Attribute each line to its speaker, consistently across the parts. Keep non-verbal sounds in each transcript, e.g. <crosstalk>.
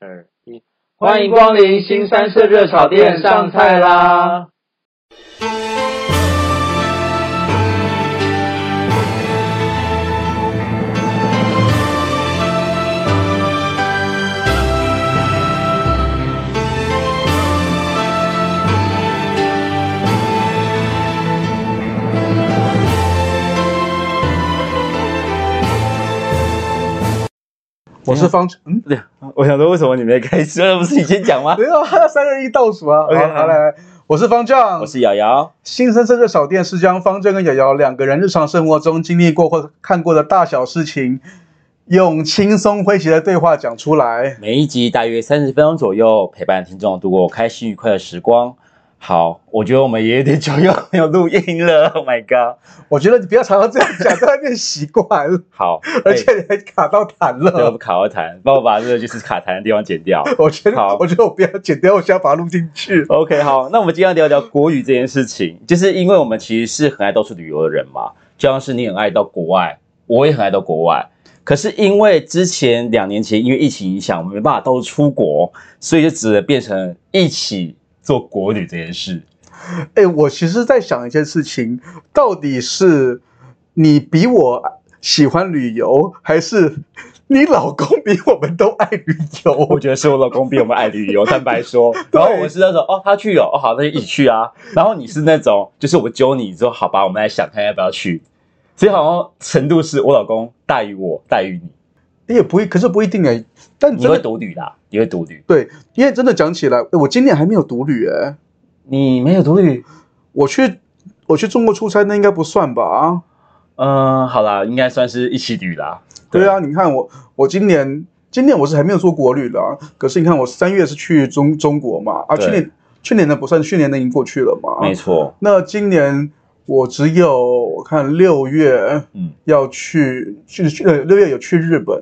Speaker 1: 二一，
Speaker 2: 欢迎光临新三色热炒店，上菜啦！
Speaker 3: 我是方程，嗯，
Speaker 1: 我想说，为什么你没开始？不是你先
Speaker 3: <laughs>
Speaker 1: 讲吗
Speaker 3: 没？有，他要嗯三二一倒数啊。
Speaker 1: OK，
Speaker 3: 好，
Speaker 1: 好
Speaker 3: 好来来，我是方丈，
Speaker 1: 我是瑶瑶，
Speaker 3: 新生生热炒店是将方正跟瑶瑶两个人日常生活中经历过或看过的大小事情，用轻松诙谐的对话讲出来。
Speaker 1: 每一集大约三十分钟左右，陪伴听众度过开心愉快的时光。好，我觉得我们也有点久又没有录音了，Oh my god！
Speaker 3: 我觉得你不要常常这样讲，这样变习惯了，
Speaker 1: 好，哎
Speaker 3: 而且你还卡到痰
Speaker 1: 对我
Speaker 3: 了
Speaker 1: 们。卡到痰，帮我把这个就是卡痰的地方剪掉。
Speaker 3: 我觉得
Speaker 1: 好，
Speaker 3: 我觉得我不要剪掉，我想要把它录进去。
Speaker 1: OK，好，那我们今天要聊聊国语这件事情，就是因为我们其实是很爱到处旅游的人嘛，就像是你很爱到国外，我也很爱到国外。可是因为之前两年前因为疫情影响，我们没办法到处出国，所以就只能变成一起做国旅这件事。
Speaker 3: 哎，我其实在想一件事情，到底是你比我喜欢旅游，还是你老公比我们都爱旅
Speaker 1: 我
Speaker 3: 游？
Speaker 1: 觉得是我老公比我们爱旅游，坦白说。然后我是那种哦，他去哦，哦好，那就一起去啊。然后你是那种，就是我揪你之后，好吧，我们来想看要不要去。所以好像程度是我老公大于我，大于你。
Speaker 3: 也不一，可是不一定哎。 <laughs> 但
Speaker 1: 你
Speaker 3: 真
Speaker 1: 会
Speaker 3: 的
Speaker 1: 独旅啦，你会独旅。
Speaker 3: 对，因为真的讲起来，我今年还没有独旅哎，
Speaker 1: 你没有独旅？
Speaker 3: 我去我去中国出差，那应该不算吧？
Speaker 1: 嗯、好啦，应该算是一起旅啦。
Speaker 3: 对啊，你看我我今年今年我是还没有做国旅的、啊，可是你看我三月是去中中国嘛，啊，
Speaker 1: 对
Speaker 3: 去年去年的不算，去年的已经过去了嘛，
Speaker 1: 没错。
Speaker 3: 那今年我只有我看六月，
Speaker 1: 嗯
Speaker 3: 要去去去呃六月有去日本，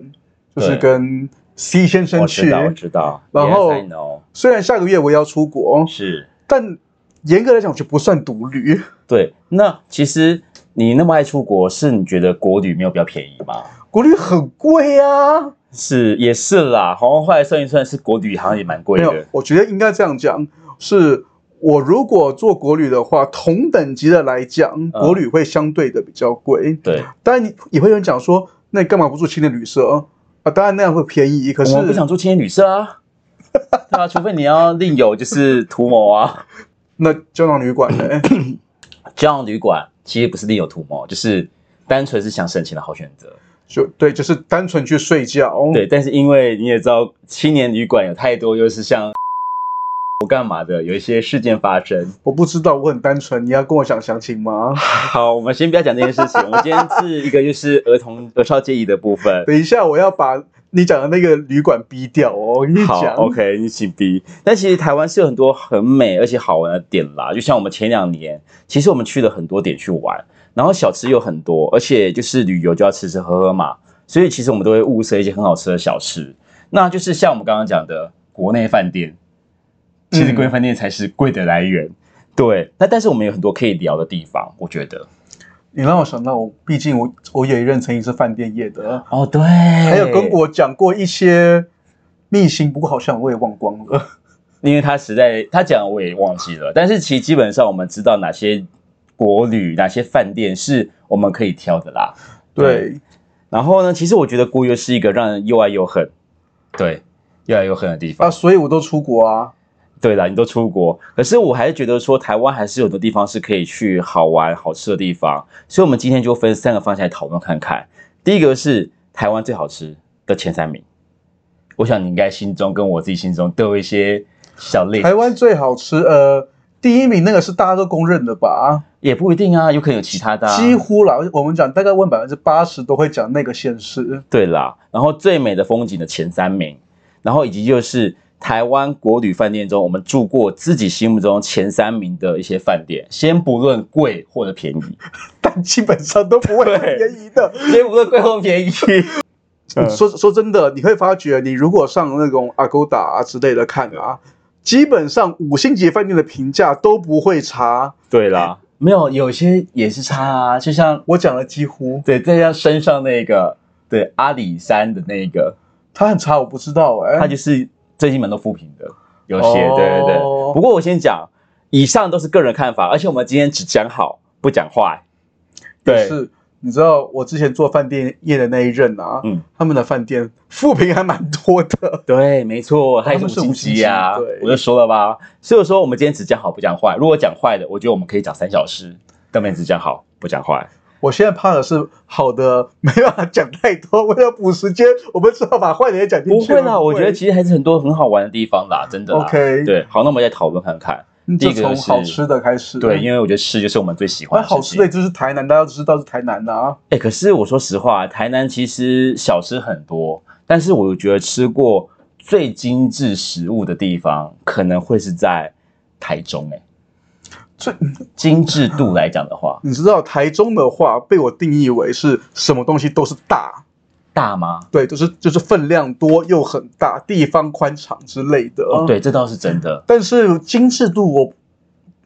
Speaker 3: 就是
Speaker 1: 对
Speaker 3: 跟 C 先生
Speaker 1: 我知
Speaker 3: 去
Speaker 1: 道，。我知道。
Speaker 3: 然后
Speaker 1: Yes, I know
Speaker 3: 虽然下个月我也要出国，
Speaker 1: 是
Speaker 3: 但严格来讲，我就不算独旅。
Speaker 1: 对。那其实你那么爱出国，是你觉得国旅没有比较便宜吗？
Speaker 3: 国旅很贵啊，
Speaker 1: 是，也是啦。好像后来算一算，是国旅好像也蛮贵
Speaker 3: 没有
Speaker 1: 的，。
Speaker 3: 我觉得应该这样讲，是我如果做国旅的话，同等级的来讲，国旅会相对的比较贵。
Speaker 1: 嗯对，
Speaker 3: 当然也会有人讲说，那你干嘛不住青年旅社啊？当然那样会便宜，可是
Speaker 1: 我们不想住青年旅
Speaker 3: <laughs>
Speaker 1: 社啊。对啊，除非你要另有就是图谋啊。
Speaker 3: 那胶囊旅馆呢？
Speaker 1: 这样旅馆其实不是另有图谋，就是单纯是想省钱的好选择。
Speaker 3: 就对，就是单纯去睡觉。哦
Speaker 1: <laughs> 对，但是因为你也知道，青年旅馆有太多，又是像我干嘛的，有一些事件发生。
Speaker 3: 我不知道，我很单纯，你要跟我讲详情
Speaker 1: <laughs>
Speaker 3: 吗？
Speaker 1: 好，我们先不要讲这件事情。我们今天是一个就是儿童儿少皆宜的部分。
Speaker 3: 等一下我要把你讲的那个旅馆逼掉哦，我跟 <laughs> 你
Speaker 1: 好
Speaker 3: 讲。
Speaker 1: ，OK，你请逼。但其实台湾是有很多很美而且好玩的点啦，就像我们前两年，其实我们去了很多点去玩，然后小吃有很多，而且就是旅游就要吃吃喝喝嘛，所以其实我们都会物色一些很好吃的小吃。那就是像我们刚刚讲的国内饭店，其实
Speaker 3: 嗯
Speaker 1: 国内饭店才是贵的来源。对，那但是我们有很多可以聊的地方，我觉得。
Speaker 3: 你让我想到我，毕竟我我有一任曾经是饭店业的，
Speaker 1: 哦，对，
Speaker 3: 还
Speaker 1: 还
Speaker 3: 有跟，我讲过一些秘辛，不过好像我也忘光了。
Speaker 1: <laughs> 因为他实在他讲的我也忘记了，但是其实基本上我们知道哪些国旅、哪些饭店是我们可以挑的啦。
Speaker 3: 对，
Speaker 1: 然后呢，其实我觉得国游是一个让人又爱又恨，对，又爱又恨的地方。
Speaker 3: 啊，所以我都出国啊。
Speaker 1: 对啦，你都出国，可是我还是觉得说台湾还是有很多地方是可以去好玩好吃的地方，所以我们今天就分三个方向来讨论看看。第一个是台湾最好吃的前三名，我想你应该心中跟我自己心中都有一些小 l
Speaker 3: 台湾最好吃，呃，第一名那个是大家都公认的吧？
Speaker 1: 也不一定啊，有可能有其他的、啊。
Speaker 3: 几乎啦，我们讲大概问百分之八十都会讲那个县市。
Speaker 1: 对啦，然后最美的风景的前三名，然后以及就是台湾国旅饭店中我们住过自己心目中前三名的一些饭店，先不论贵或者便宜， <laughs>
Speaker 3: 但基本上都不会很
Speaker 1: 对
Speaker 3: 便宜的。
Speaker 1: 先不论贵或便宜。嗯
Speaker 3: 说说真的，你会发觉，你如果上那种 Agoda 啊之类的看啊，基本上五星级饭店的评价都不会差。
Speaker 1: 对啦，没有有些也是差啊，就像
Speaker 3: 我讲了几乎，
Speaker 1: 对，再像身上那个对阿里山的那个，
Speaker 3: 它很差，我不知道哎、
Speaker 1: 它就是最近蛮多负评的，有些、对对对。
Speaker 3: 哦
Speaker 1: 不过我先讲，以上都是个人看法，而且我们今天只讲好不讲坏。对，
Speaker 3: 是，你知道我之前做饭店业的那一任啊，
Speaker 1: 嗯
Speaker 3: 他们的饭店负评还蛮多的。 <laughs>
Speaker 1: 对，没错，他也
Speaker 3: 他们
Speaker 1: 是
Speaker 3: 是
Speaker 1: 五星
Speaker 3: 五星
Speaker 1: 级啊
Speaker 3: 级对，
Speaker 1: 我就说了吧。所以说我们今天只讲好不讲坏，如果讲坏的，我觉得我们可以讲三小时，但我们只讲好不讲坏。
Speaker 3: 我现在怕的是好的没办法讲太多，为了补时间，我们只好把坏的也讲进
Speaker 1: 不
Speaker 3: 去。
Speaker 1: 会啦，我觉得其实还是很多很好玩的地方啦，真的啦。
Speaker 3: OK
Speaker 1: 对，好，那我们再讨论看看。
Speaker 3: 嗯
Speaker 1: 第
Speaker 3: 就
Speaker 1: 一个
Speaker 3: 从
Speaker 1: 是
Speaker 3: 好吃的开始。
Speaker 1: 对，因为我觉得吃就是我们最喜
Speaker 3: 嗯那
Speaker 1: 欢的事情。
Speaker 3: 好吃的就是台南，大家都知道是台南的啊。
Speaker 1: 哎、可是我说实话，台南其实小吃很多，但是我觉得吃过最精致食物的地方，可能会是在台中、欸。哎，
Speaker 3: 最
Speaker 1: 精致度来讲的话，
Speaker 3: 你知道台中的话，被我定义为是什么东西都是大，
Speaker 1: 大吗？
Speaker 3: 对，就是就是分量多又很大，地方宽敞之类的。
Speaker 1: 哦，对，这倒是真的。
Speaker 3: 但是精致度我，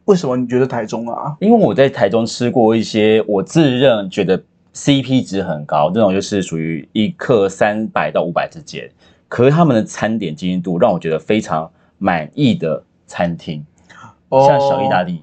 Speaker 3: 为什么你觉得台中啊？
Speaker 1: 因为我在台中吃过一些我自认觉得 CP 值很高那种，就是属于一克三百到五百之间。可是他们的餐点精致度让我觉得非常满意的餐厅，
Speaker 3: 哦
Speaker 1: 像小意大
Speaker 3: 利，
Speaker 1: 利，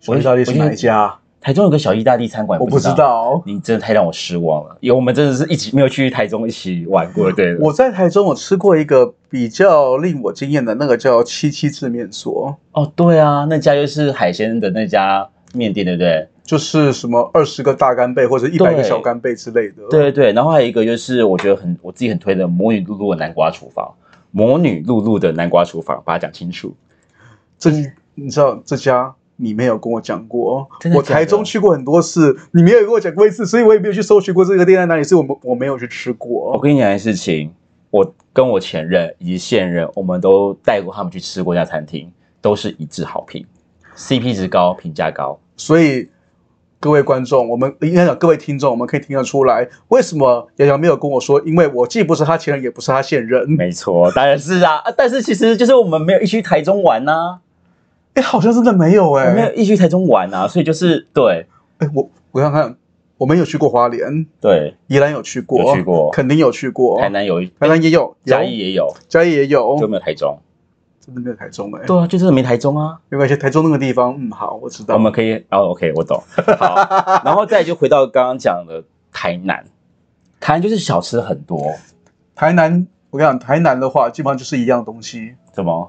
Speaker 3: 小意大利是哪一家？
Speaker 1: 台中有个小意大利餐馆，
Speaker 3: 我不知。道。
Speaker 1: 你真的太让我失望了，因为我们真的是一起没有去台中一起玩过，对的。
Speaker 3: 我在台中，我吃过一个比较令我惊艳的那个叫七七字面所，
Speaker 1: 哦，对啊，那家就是海鲜的那家面店，对不对？
Speaker 3: 就是什么二十个大干贝或者一百个
Speaker 1: 对
Speaker 3: 小干贝之类的。
Speaker 1: 对对对，然后还有一个就是我觉得很我自己很推的魔女露露的南瓜厨房，魔女露露的南瓜厨房，把它讲清楚。
Speaker 3: 这你知道这家你没有跟我讲过哦
Speaker 1: 真，的
Speaker 3: 我
Speaker 1: 假的
Speaker 3: 台中去过很多次，你没有跟我讲过一次，所以我也没有去搜寻过这个店在哪里，所以我们我没有去吃
Speaker 1: 我
Speaker 3: 过。哦
Speaker 1: 跟你讲一件事情，我跟我前任以及现任，我们都带过他们去吃过一家餐厅，都是一致好评，CP 值高，评价高。
Speaker 3: 所以各位观众，我们应该讲各位听众，我们可以听得出来，为什么瑶瑶没有跟我说，因为我既不是他前任，也不是他现任。
Speaker 1: 没错，当然是啊，啊但是其实就是我们没有一起去台中玩呐、
Speaker 3: 哎，好像真的没有
Speaker 1: 我
Speaker 3: 哎、
Speaker 1: 们没有一起去台中玩呐、所以就是对
Speaker 3: 哎，我我想想看，我们有去过花莲，
Speaker 1: 对，
Speaker 3: 宜兰有去过，
Speaker 1: 有去过
Speaker 3: 肯定有去过，哦
Speaker 1: 台南有，
Speaker 3: 台南也有，
Speaker 1: 嘉
Speaker 3: 有
Speaker 1: 义也有，
Speaker 3: 嘉义也有，
Speaker 1: 就没有台中。
Speaker 3: 真的没有台中哎、
Speaker 1: 对啊，就真的没台中啊。
Speaker 3: 没关系，台中那个地方，嗯，好，我知道。
Speaker 1: 我们可以，哦，OK，
Speaker 3: <laughs>
Speaker 1: 我懂。好，然后再就回到刚刚讲的台南，台南就是小吃很多，
Speaker 3: 台南，我跟你讲，台南的话，基本上就是一样东西。
Speaker 1: 怎么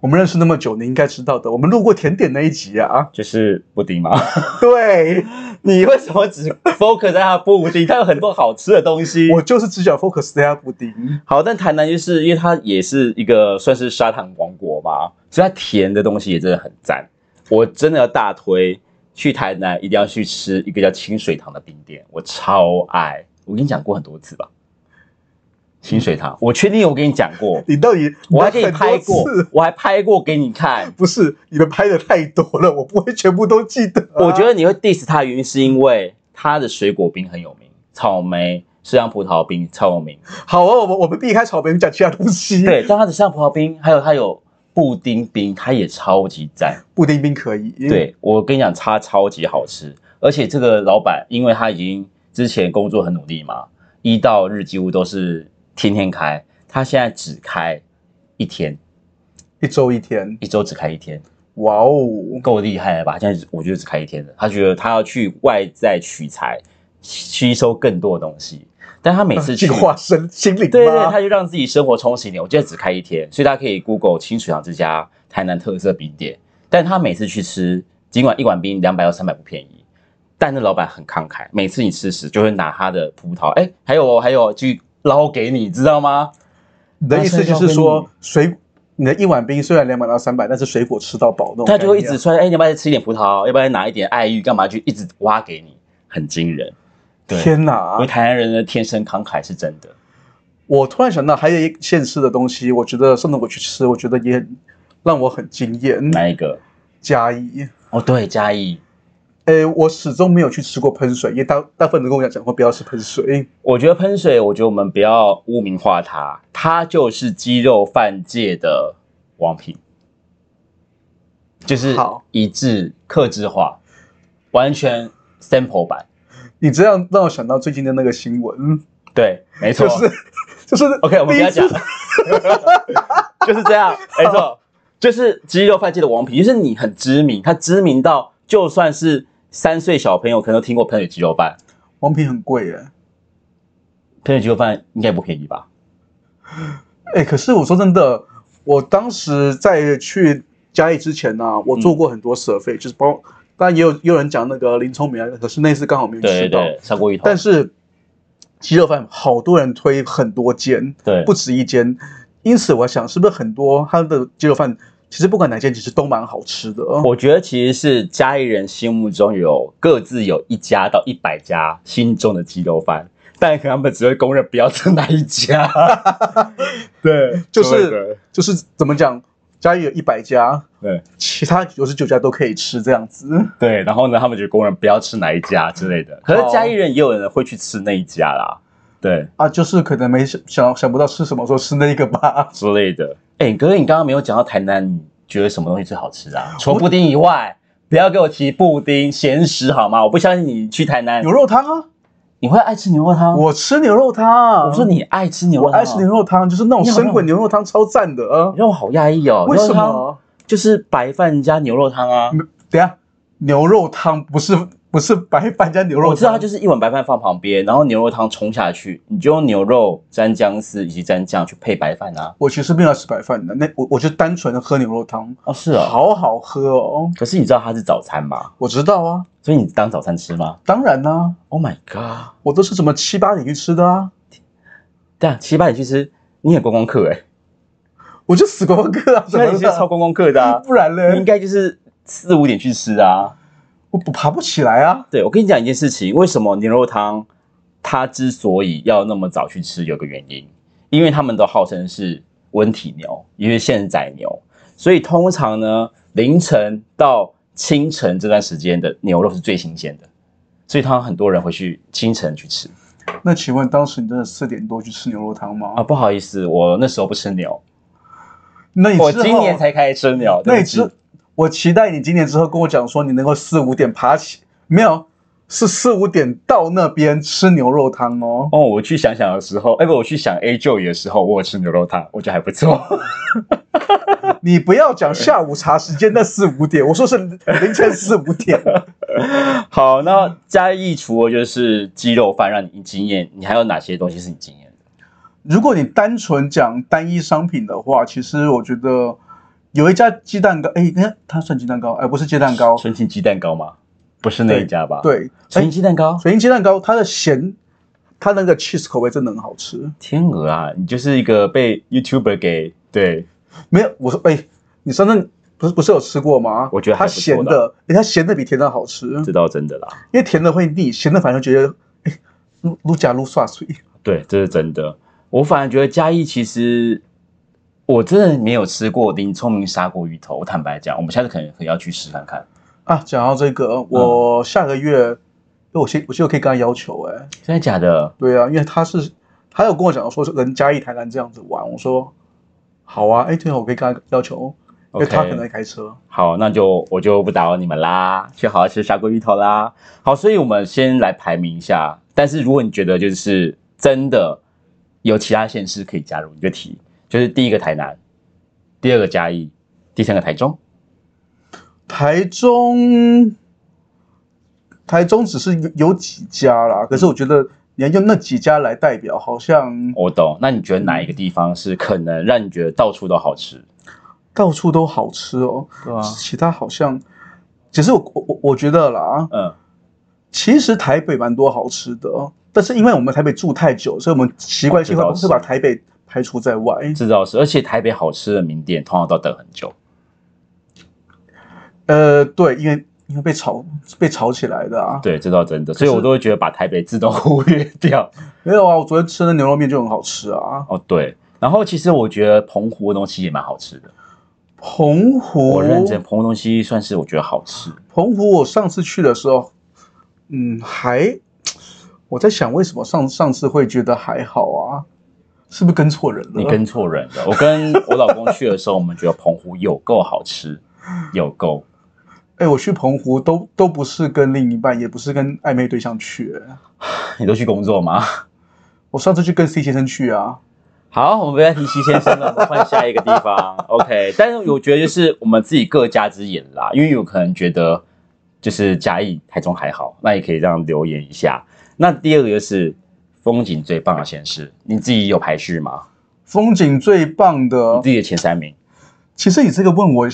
Speaker 3: 我们认识那么久，你应该知道的。我们录过甜点那一集啊，
Speaker 1: 就是布丁吗？
Speaker 3: 对
Speaker 1: <laughs> 你为什么只 focus 在它的布丁？它有很多好吃的东西。
Speaker 3: 我就是只想 focus 在它布丁。
Speaker 1: 好，但台南就是因为它也是一个算是砂糖王国嘛，所以它甜的东西也真的很赞。我真的要大推去台南，一定要去吃一个叫清水堂的冰店，我超爱。我跟你讲过很多次吧，清
Speaker 3: <laughs>
Speaker 1: 水堂，我确定我跟你讲过。
Speaker 3: 你到底
Speaker 1: 我还给你
Speaker 3: 很多
Speaker 1: 拍过
Speaker 3: 次，
Speaker 1: 我还拍过给你看。
Speaker 3: 不是你们拍的太多了，我不会全部都记 <laughs> 得啊、
Speaker 1: 我觉得你会 diss 它的原因是因为它的水果冰很有名，草莓、麝香葡萄冰超有名。
Speaker 3: 好啊，我们我们避开草莓，我们讲其他东西。，
Speaker 1: 对，但它的麝香葡萄冰还有它有布丁冰，它也超级赞。
Speaker 3: 布丁冰可以。，
Speaker 1: 对我跟你讲，它超级好吃，而且这个老板因为他已经之前工作很努力嘛，一到日几乎都是天天开，他现在只开一天，
Speaker 3: 一周一天，
Speaker 1: 一周只开一天。
Speaker 3: 哇哦！
Speaker 1: 够厉害了吧？现在我觉得只开一天了，他觉得他要去外在取材，吸吸收更多的东西。但他每次去，
Speaker 3: 净化身心灵吗？
Speaker 1: 对对对，他就让自己生活充实一点。我觉得只开一天，所以大家可以 Google 清水堂这家台南特色冰店。但他每次去吃，尽管一碗冰两百到三百不便宜，但那老板很慷慨，每次你吃时就会拿他的葡萄，哎，还有哦还有去捞给你，知道吗？
Speaker 3: 你的意思就是说，水你的一碗冰虽然两百到三百，但是水果吃到饱那种概
Speaker 1: 他
Speaker 3: 念。
Speaker 1: 就会一直说，哎，你要不要再吃一点葡萄？要不要再拿一点爱玉？干嘛就一直挖给你，很惊人。对
Speaker 3: 啊天
Speaker 1: 因
Speaker 3: 哪
Speaker 1: 为！台南人的天生慷慨是真的。
Speaker 3: 我突然想到，还有一个现吃的东西，我觉得上次我去吃，我觉得也让我很嗯惊艳。
Speaker 1: 哪一个？
Speaker 3: 嘉义，
Speaker 1: 哦，对，嘉义，
Speaker 3: 诶，我始终没有去吃过喷水，因为大大部分人跟我讲讲过不要吃喷水。
Speaker 1: 我觉得喷水，我觉得我们不要污名化它，它就是鸡肉饭界的王品，就是
Speaker 3: 好
Speaker 1: 一致克制化，完全 sample 版。
Speaker 3: 你这样让我想到最近的那个新闻，
Speaker 1: 对，没错。
Speaker 3: 就是就是
Speaker 1: OK，我们不要讲
Speaker 3: 第一次。
Speaker 1: <laughs> 就是这样，没错，就是鸡肉饭界的王品，就是你很知名，他知名到就算是三岁小朋友可能都听过喷水鸡肉饭，
Speaker 3: 王品很贵耶。
Speaker 1: 喷水鸡肉饭应该不便宜吧？
Speaker 3: 哎，可是我说真的，我当时在去嘉义之前呢、
Speaker 1: 嗯
Speaker 3: 我做过很多 survey，、就是包，当然也有也有人讲那个林聪明啊，可是那次刚好没有
Speaker 1: 对
Speaker 3: 吃到。
Speaker 1: 对，砂锅鱼头，
Speaker 3: 但是鸡肉饭好多人推很多间，
Speaker 1: 对
Speaker 3: 不止一间，因此我想是不是很多他的鸡肉饭其实不管哪间，其实都蛮好吃的。哦
Speaker 1: 我觉得其实是嘉义人心目中有各自有一家到一百家心中的鸡肉饭，但可能他们只会公认不要吃哪一家。对，
Speaker 3: 就是就是怎么讲，家里有一百家，
Speaker 1: 对
Speaker 3: 其他九十九家都可以吃这样子。
Speaker 1: <laughs> 对，然后呢，他们就公认不要吃哪一家之类的。可是
Speaker 3: 哦
Speaker 1: 嘉义人也有人会去吃那一家啦，对
Speaker 3: 啊，就是可能没想想想不到吃什么，说吃那个吧。
Speaker 1: 之类的。哎、哥哥，你刚刚没有讲到台南，你觉得什么东西最好吃啊？除了布丁以外，不要给我提布丁、咸食好吗？我不相信你去台南
Speaker 3: 牛，肉汤啊，
Speaker 1: 你会爱吃牛肉汤。
Speaker 3: 我吃牛肉汤。
Speaker 1: 我说你爱吃牛肉
Speaker 3: 我
Speaker 1: 汤，
Speaker 3: 爱吃牛肉汤，就是那种
Speaker 1: 你好
Speaker 3: 生滚牛肉汤，超赞的啊
Speaker 1: 你！让我好压抑哦。
Speaker 3: 为什
Speaker 1: 牛肉汤
Speaker 3: 么？
Speaker 1: 就是白饭加牛肉汤啊。
Speaker 3: 等一下，牛肉汤不是不是白饭加牛肉汤，
Speaker 1: 我知道它就是一碗白饭放旁边，然后牛肉汤冲下去，你就用牛肉沾姜丝以及沾酱去配白饭啊。
Speaker 3: 我其实没有吃白饭的，那我我就单纯的喝牛肉汤，
Speaker 1: 哦，是哦。
Speaker 3: 好好喝哦。
Speaker 1: 可是你知道它是早餐吗？
Speaker 3: 我知道啊，
Speaker 1: 所以你当早餐吃吗
Speaker 3: 当然啦、
Speaker 1: ？Oh my god！
Speaker 3: 我都是怎么七八点去吃的啊，
Speaker 1: 对啊，七八点去吃，你很观光客哎、欸，
Speaker 3: 我就死光客啊，怎
Speaker 1: 那
Speaker 3: 么
Speaker 1: 你是超
Speaker 3: 了？，
Speaker 1: 观光客的啊
Speaker 3: 不然
Speaker 1: 你应
Speaker 3: 嘞，
Speaker 1: 该就是四五点去吃啊。
Speaker 3: 我我爬不起来啊。
Speaker 1: 对，我跟你讲一件事情，为什么牛肉汤它之所以要那么早去吃，有个原因，因为他们都号称是温体牛，因为现宰牛，所以通常呢凌晨到清晨这段时间的牛肉是最新鲜的，所以通常很多人会去清晨去吃
Speaker 3: 那请问当时你真的四点多去吃牛肉汤吗？
Speaker 1: 啊。不好意思，我那时候不吃牛，
Speaker 3: 那你之后
Speaker 1: 我今年才开始吃牛。
Speaker 3: 那
Speaker 1: 对
Speaker 3: 你
Speaker 1: 不起
Speaker 3: 之，我期待你今年之后跟我讲说你能够四五点爬起，没有，是四五点到那边吃牛肉汤哦。
Speaker 1: 哦，我去想想的时候，哎不，我去想 A 舅爷的时候，我有吃牛肉汤，我觉得还不错。
Speaker 3: 你不要讲下午茶时间那四五点，我说是凌晨四五点。
Speaker 1: <laughs> 好，那嘉义除了就是鸡肉饭让你惊艳，你还有哪些东西是你惊艳的？
Speaker 3: <laughs> 如果你单纯讲单一商品的话，其实我觉得有一家鸡蛋糕，哎，那它算鸡蛋糕，哎，不是鸡蛋糕，
Speaker 1: 纯情鸡蛋糕吗？不是那一家吧？，
Speaker 3: 对，哎
Speaker 1: 纯情，鸡蛋糕，
Speaker 3: 水晶鸡蛋糕，它的咸，它那个 cheese 口味真的很好吃。
Speaker 1: 天鹅啊，你就是一个被 YouTuber 给对，
Speaker 3: 没有，我说，哎，你上次不是不是有吃过吗？
Speaker 1: 我觉得还
Speaker 3: 它
Speaker 1: 不
Speaker 3: 咸
Speaker 1: 错的
Speaker 3: 的，哎，它咸的比甜的好吃，
Speaker 1: 这
Speaker 3: 因
Speaker 1: 倒真的啦，
Speaker 3: 为甜的会腻，咸的反而觉得，哎，撸撸加撸刷水。
Speaker 1: 对，这是真的。我反而觉得嘉义其实我真的没有吃过林聪明砂锅鱼头，我坦白讲，我们下次可能可能要去试看看。
Speaker 3: 啊，讲到这个，
Speaker 1: 嗯
Speaker 3: 我下个月，因为我先我就可以跟他要求、哎，
Speaker 1: 真的假的？
Speaker 3: 对啊，因为他是他有跟我讲说是人嘉义台南这样子玩，我说好啊，哎，对啊，我可以跟他要求，因为
Speaker 1: OK
Speaker 3: 他可能开车。
Speaker 1: 好，那就我就不打扰你们啦，去好好吃砂锅鱼头啦。好，所以我们先来排名一下。但是如果你觉得就是真的有其他县市可以加入，你就提，就是第一个台南，第二个嘉义，第三个台中。
Speaker 3: 台中，台中只是有有几家啦，可是我觉得你要用那几家来代表，好像
Speaker 1: 我懂。那你觉得哪一个地方是可能让你觉得到处都好吃？
Speaker 3: 到处都好吃哦，
Speaker 1: 对啊
Speaker 3: 其他好像，只是我我我我觉得啦，
Speaker 1: 嗯，
Speaker 3: 其实台北蛮多好吃的，但是因为我们台北住太久，所以我们习惯性
Speaker 1: 哦
Speaker 3: 会
Speaker 1: 这倒是
Speaker 3: 会把台北排除在外。
Speaker 1: 这倒是。而且台北好吃的名店通常都要等很久。
Speaker 3: 呃，对，因为因为被炒被炒起来的啊。
Speaker 1: 对，这倒真的。所以我都会觉得把台北自动 <laughs> 忽略掉。
Speaker 3: 没有啊，我昨天吃的牛肉面就很好吃啊。
Speaker 1: 哦，对。然后其实我觉得澎湖的东西也蛮好吃的。
Speaker 3: 澎湖，
Speaker 1: 我认真，澎湖东西算是我觉得好吃。
Speaker 3: 澎湖，我上次去的时候，嗯，还我在想为什么上上次会觉得还好啊？是不是跟错人了？
Speaker 1: 你跟错人了。我跟我老公去的时候，我们觉得澎湖有够好
Speaker 3: <laughs>
Speaker 1: 吃，有够。
Speaker 3: 哎，我去澎湖都都不是跟另一半，也不是跟暧昧对象去、哎
Speaker 1: 你都去工作吗？
Speaker 3: 我上次去跟 C 先生去啊。
Speaker 1: 好，我们不要提西先生了，我们换下一个
Speaker 3: <laughs>
Speaker 1: 地方。OK，但是我觉得就是我们自己各家之言啦，因为有可能觉得就是嘉义、台中还好，那也可以这样留言一下。那第二个就是风景最棒的县市，你自己有排序吗？
Speaker 3: 风景最棒
Speaker 1: 你
Speaker 3: 的
Speaker 1: 自，己的前三名？其
Speaker 3: 其实你这个问我，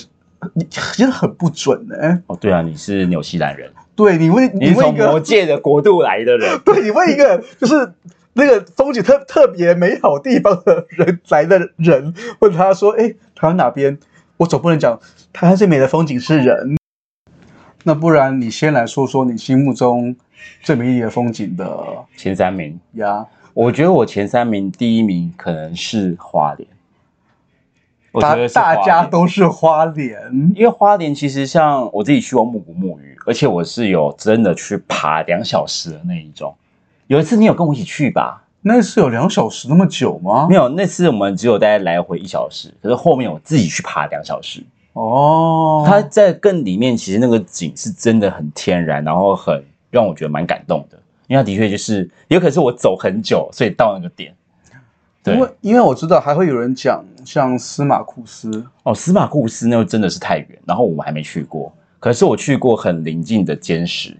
Speaker 3: 你其实很不准哎、
Speaker 1: 哦，对啊，你是纽西兰人，
Speaker 3: 对你问
Speaker 1: 你
Speaker 3: 你
Speaker 1: 是
Speaker 3: 问
Speaker 1: 从
Speaker 3: 一
Speaker 1: 魔
Speaker 3: 个，。
Speaker 1: 界的国度来的人
Speaker 3: <laughs> 对你问一个就是那个风景特特别美好地方的人来的人，问他说，哎，台湾哪边？我总不能讲台湾最美的风景是人。那不然你先来说说你心目中最美丽的风景的
Speaker 1: 前三名，
Speaker 3: 呀？
Speaker 1: 我觉得我前三名第一名可能是花莲，我觉
Speaker 3: 大
Speaker 1: 得是花
Speaker 3: 大
Speaker 1: 莲
Speaker 3: 家都是花莲，
Speaker 1: 因为花莲其实像我自己去过木古木鱼，而且我是有真的去爬两小时的那一种。有一次你有跟我一起去吧？
Speaker 3: 那是有两小时那么久吗
Speaker 1: 没？有，那次我们只有大概来回一小时，可是后面我自己去爬两小时。
Speaker 3: 哦，
Speaker 1: 它在更里面，其实那个景是真的很天然，然后很让我觉得蛮感动的，因为它的确就是有可能是我走很久，所以到那个点。对
Speaker 3: 因为因为我知道还会有人讲像司马库斯，
Speaker 1: 哦，司马库斯那个真的是太远，然后我们还没去过，可是我去过很临近的坚石，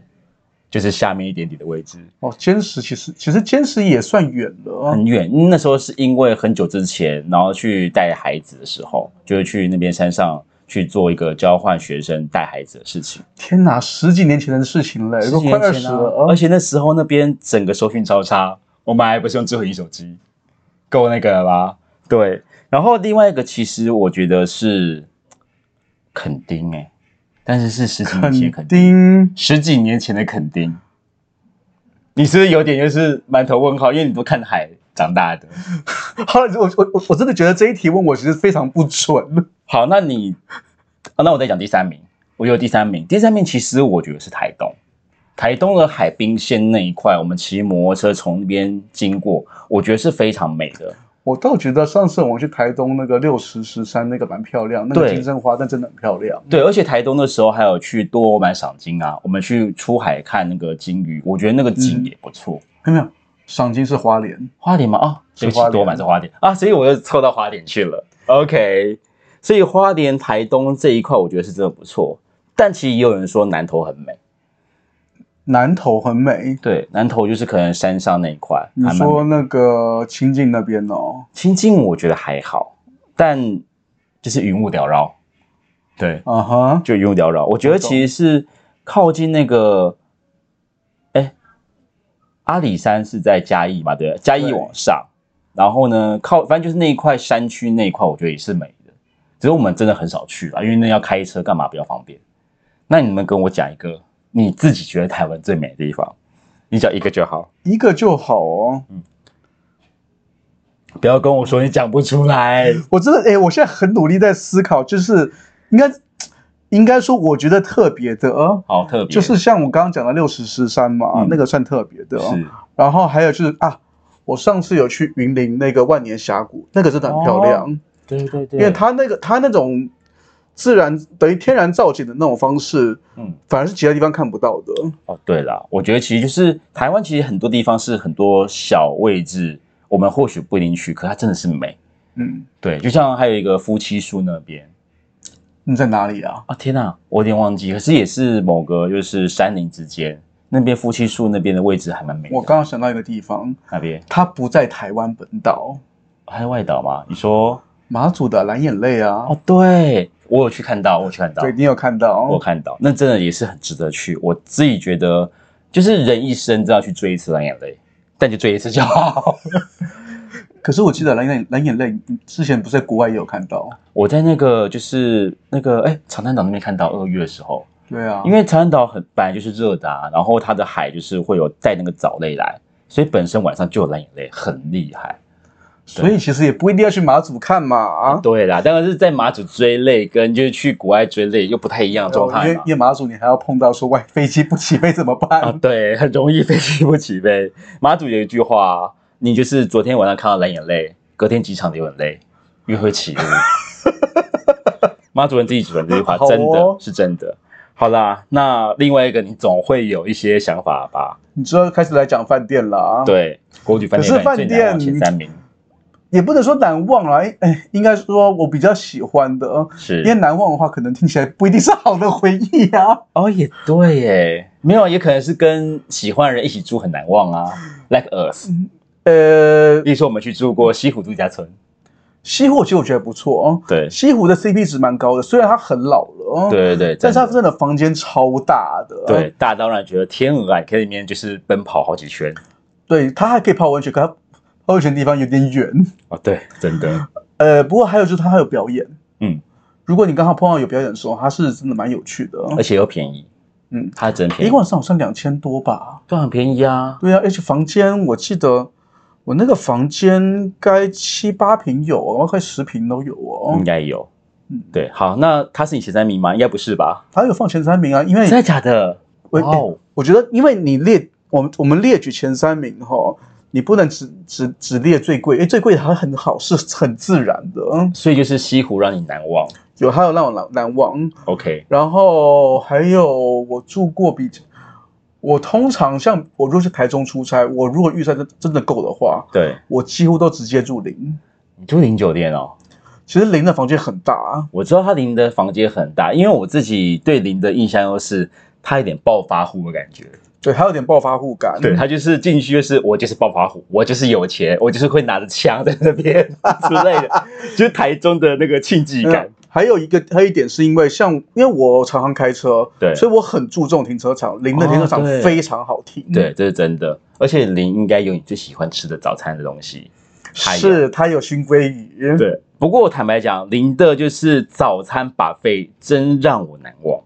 Speaker 1: 就是下面一点点的位置。
Speaker 3: 哦，坚持其实其实坚持也算远了，
Speaker 1: 很远，那时候是因为很久之前，然后去带孩子的时候，就是去那边山上去做一个交换学生带孩子的事情，
Speaker 3: 天哪，十几年前的事情了，
Speaker 1: 十
Speaker 3: 哎都
Speaker 1: 几
Speaker 3: 快
Speaker 1: 年
Speaker 3: 二
Speaker 1: 前
Speaker 3: 十
Speaker 1: 啊
Speaker 3: 了，
Speaker 1: 而且那时候那边整个收讯超差，我们还不是用智慧型手机，够那个了吧？对。然后另外一个，其实我觉得是垦丁哎、但是是十几年前的垦
Speaker 3: 肯
Speaker 1: 丁，
Speaker 3: 定
Speaker 1: 十几年前的垦丁。你是不是有点就是满头问号？因为你都看海长大的。
Speaker 3: <laughs> 好，我我我我真的觉得这一题问我其实非常不准，
Speaker 1: 好，那你，啊那我再讲第三名，我有第三名，第三名其实我觉得是台东，台东的海滨线那一块，我们骑摩托车从那边经过，我觉得是非常美的。
Speaker 3: 我倒觉得上次我去台东那个六十石山那个蛮漂亮，那个
Speaker 1: 对
Speaker 3: 金针花但真的很漂亮，
Speaker 1: 对，而且台东的时候还有去多罗满赏金啊，我们去出海看那个金鱼，我觉得那个景
Speaker 3: 嗯
Speaker 1: 也不错。
Speaker 3: 看到没有？赏金是花莲，
Speaker 1: 花莲吗？哦，
Speaker 3: 是
Speaker 1: 对不起
Speaker 3: 花，莲
Speaker 1: 多满是花莲啊，所以我又凑到花莲去了。OK，所以花莲、台东这一块，我觉得是真的不错。但其实也有人说南投很美，
Speaker 3: 南投很美。
Speaker 1: 对，南投就是可能山上那一块，
Speaker 3: 你
Speaker 1: 还蛮
Speaker 3: 说那个清境那边哦，
Speaker 1: 清境我觉得还好，但就是云雾缭绕，对，
Speaker 3: 啊哈，
Speaker 1: 就云雾缭绕。我觉得其实是靠近那个，哎，阿里山是在嘉义嘛，对不对，嘉义
Speaker 3: 对
Speaker 1: 往上，然后呢靠，反正就是那一块山区那一块，我觉得也是美的，只是我们真的很少去了，因为那要开车干嘛比较方便。那你们跟我讲一个你自己觉得台湾最美的地方，你讲一个就好。
Speaker 3: 一个就好哦。
Speaker 1: 不要跟我说你讲不出 <laughs> 来。
Speaker 3: 我真的哎、我现在很努力在思考，就是应该应该说，我觉得特别的，呃
Speaker 1: 好特别，
Speaker 3: 就是像我刚刚讲的六十石山嘛，啊
Speaker 1: 嗯
Speaker 3: 那个算特别的。啊
Speaker 1: 是
Speaker 3: 然后还有就是啊，我上次有去云林那个万年峡谷，那个真的很漂亮，
Speaker 1: 对对哦对
Speaker 3: 因为它那个它那种自然等于天然造景的那种方式，
Speaker 1: 嗯
Speaker 3: 反而是其他地方看不到的。
Speaker 1: 哦对啦，我觉得其实就是台湾，其实很多地方是很多小位置，我们或许不一定去，可它真的是美。
Speaker 3: 嗯，
Speaker 1: 对，就像还有一个夫妻树那边
Speaker 3: 你在哪里啊？
Speaker 1: 啊，天哪，我有点忘记，可是也是某个就是山林之间，那边夫妻树那边的位置还蛮美的。
Speaker 3: 我刚刚想到一个地方，
Speaker 1: 那边
Speaker 3: 它不在台湾本岛，
Speaker 1: 还有外岛吗？你说
Speaker 3: 马祖的蓝眼泪啊。
Speaker 1: 哦，对我有去看到，我有去看到，
Speaker 3: 对，你有看到？
Speaker 1: 我有看到，那真的也是很值得去。我自己觉得，就是人一生都要去追一次蓝眼泪，但就追一次就好。
Speaker 3: 可是我记得蓝眼蓝眼泪你之前不是在国外也有看到？
Speaker 1: 我在那个就是那个哎长滩岛那边看到二月的时候，
Speaker 3: 对啊，
Speaker 1: 因为长滩岛很本来就是热的、啊，然后它的海就是会有带那个藻类来，所以本身晚上就有蓝眼泪，很厉害。
Speaker 3: 所以其实也不一定要去马祖看嘛啊。
Speaker 1: 对啦，当然是在马祖追泪跟就是去国外追泪又不太一样的状态
Speaker 3: 因为
Speaker 1: 嘛
Speaker 3: 因。为马祖你还要碰到说外飞机不起飞怎么办？ <laughs>
Speaker 1: 啊，对，很容易飞机不起飞。马祖有一句话，你就是昨天晚上看到蓝眼泪，隔天机场流眼泪，约
Speaker 3: <laughs>
Speaker 1: 会起雾。马主任自己主人这句话
Speaker 3: 好哦
Speaker 1: 真的是真的。好啦，那另外一个你总会有一些想法吧？
Speaker 3: 你知道开始来讲饭店了啊？，
Speaker 1: 对，国旅饭
Speaker 3: 可
Speaker 1: 店
Speaker 3: 是饭
Speaker 1: 最难忘
Speaker 3: 店
Speaker 1: 前三名，
Speaker 3: 也不能说难忘啦，哎哎，应该说我比较喜欢的，啊
Speaker 1: 是
Speaker 3: 因为难忘的话，可能听起来不一定是好的回忆啊。
Speaker 1: 哦，也对耶，没有，也可能是跟喜欢的人一起住很难忘啊，like us。
Speaker 3: 呃，
Speaker 1: 比如说我们去住过西湖度假
Speaker 3: <laughs>
Speaker 1: 村，
Speaker 3: 西湖其实我觉得不错哦，
Speaker 1: 对
Speaker 3: 西湖的 CP 值蛮高的，虽然它很老了哦，，
Speaker 1: 对对对，
Speaker 3: 但是它
Speaker 1: 真的
Speaker 3: 真的房间超大的，啊
Speaker 1: 对大到让人觉得天鹅啊，你可以里面就是奔跑好几圈
Speaker 3: 对，它还可以泡温泉，可它泡温泉的地方有点远。
Speaker 1: 哦，对，真的，
Speaker 3: 呃，不过还有就是它还有表演，
Speaker 1: 嗯，
Speaker 3: 如果你刚好碰到有表演的时候，它是真的蛮有趣的哦。
Speaker 1: <laughs> 而且又便宜，
Speaker 3: 嗯
Speaker 1: 它真便
Speaker 3: 一
Speaker 1: 宜
Speaker 3: 个，晚上好像两千多吧？
Speaker 1: 都很便宜啊，
Speaker 3: 对啊，而且房间我记得我那个房间该七八平有哦，快十平都有哦。
Speaker 1: 应该有
Speaker 3: 嗯。
Speaker 1: 对，好，那它是你前三名吗？应该不是吧？
Speaker 3: 它有放前三名啊，因为
Speaker 1: 真的假的？
Speaker 3: 我、
Speaker 1: 哇哦
Speaker 3: 我觉得，因为你列我们我们列举前三名哈，你不能只只只列最贵，因为最贵它很好，是很自然的。嗯
Speaker 1: 所以就是西湖让你难忘
Speaker 3: 有还有让我难难忘，
Speaker 1: ，OK，
Speaker 3: 然后还有我住过比，我通常像我如果去台中出差，我如果预算真真的够的话，
Speaker 1: 对，
Speaker 3: 我几乎都直接住零。
Speaker 1: 你住零酒店哦。
Speaker 3: 其实零的房间很大，啊
Speaker 1: 我知道他林的房间很大，因为我自己对林的印象又是他有点暴发户的感觉。
Speaker 3: 对，还有点暴发户感。
Speaker 1: 对嗯他就是进去就是我就是暴发户，我就是有钱，我就是会拿着枪在那边 <laughs> 之类的，就是台中的那个庆忌
Speaker 3: 嗯
Speaker 1: 感。
Speaker 3: 还有一个，还有一点是因为像，因为我常常开车，
Speaker 1: 对
Speaker 3: 所以我很注重停车场。零的停车
Speaker 1: 哦
Speaker 3: 场
Speaker 1: 对
Speaker 3: 非常好停，
Speaker 1: 对，，这是真的。而且林应该有你最喜欢吃的早餐的东西。还有
Speaker 3: 是它有熏鲑鱼，，
Speaker 1: 对，不过坦白讲，林的就是早餐把费真让我难忘。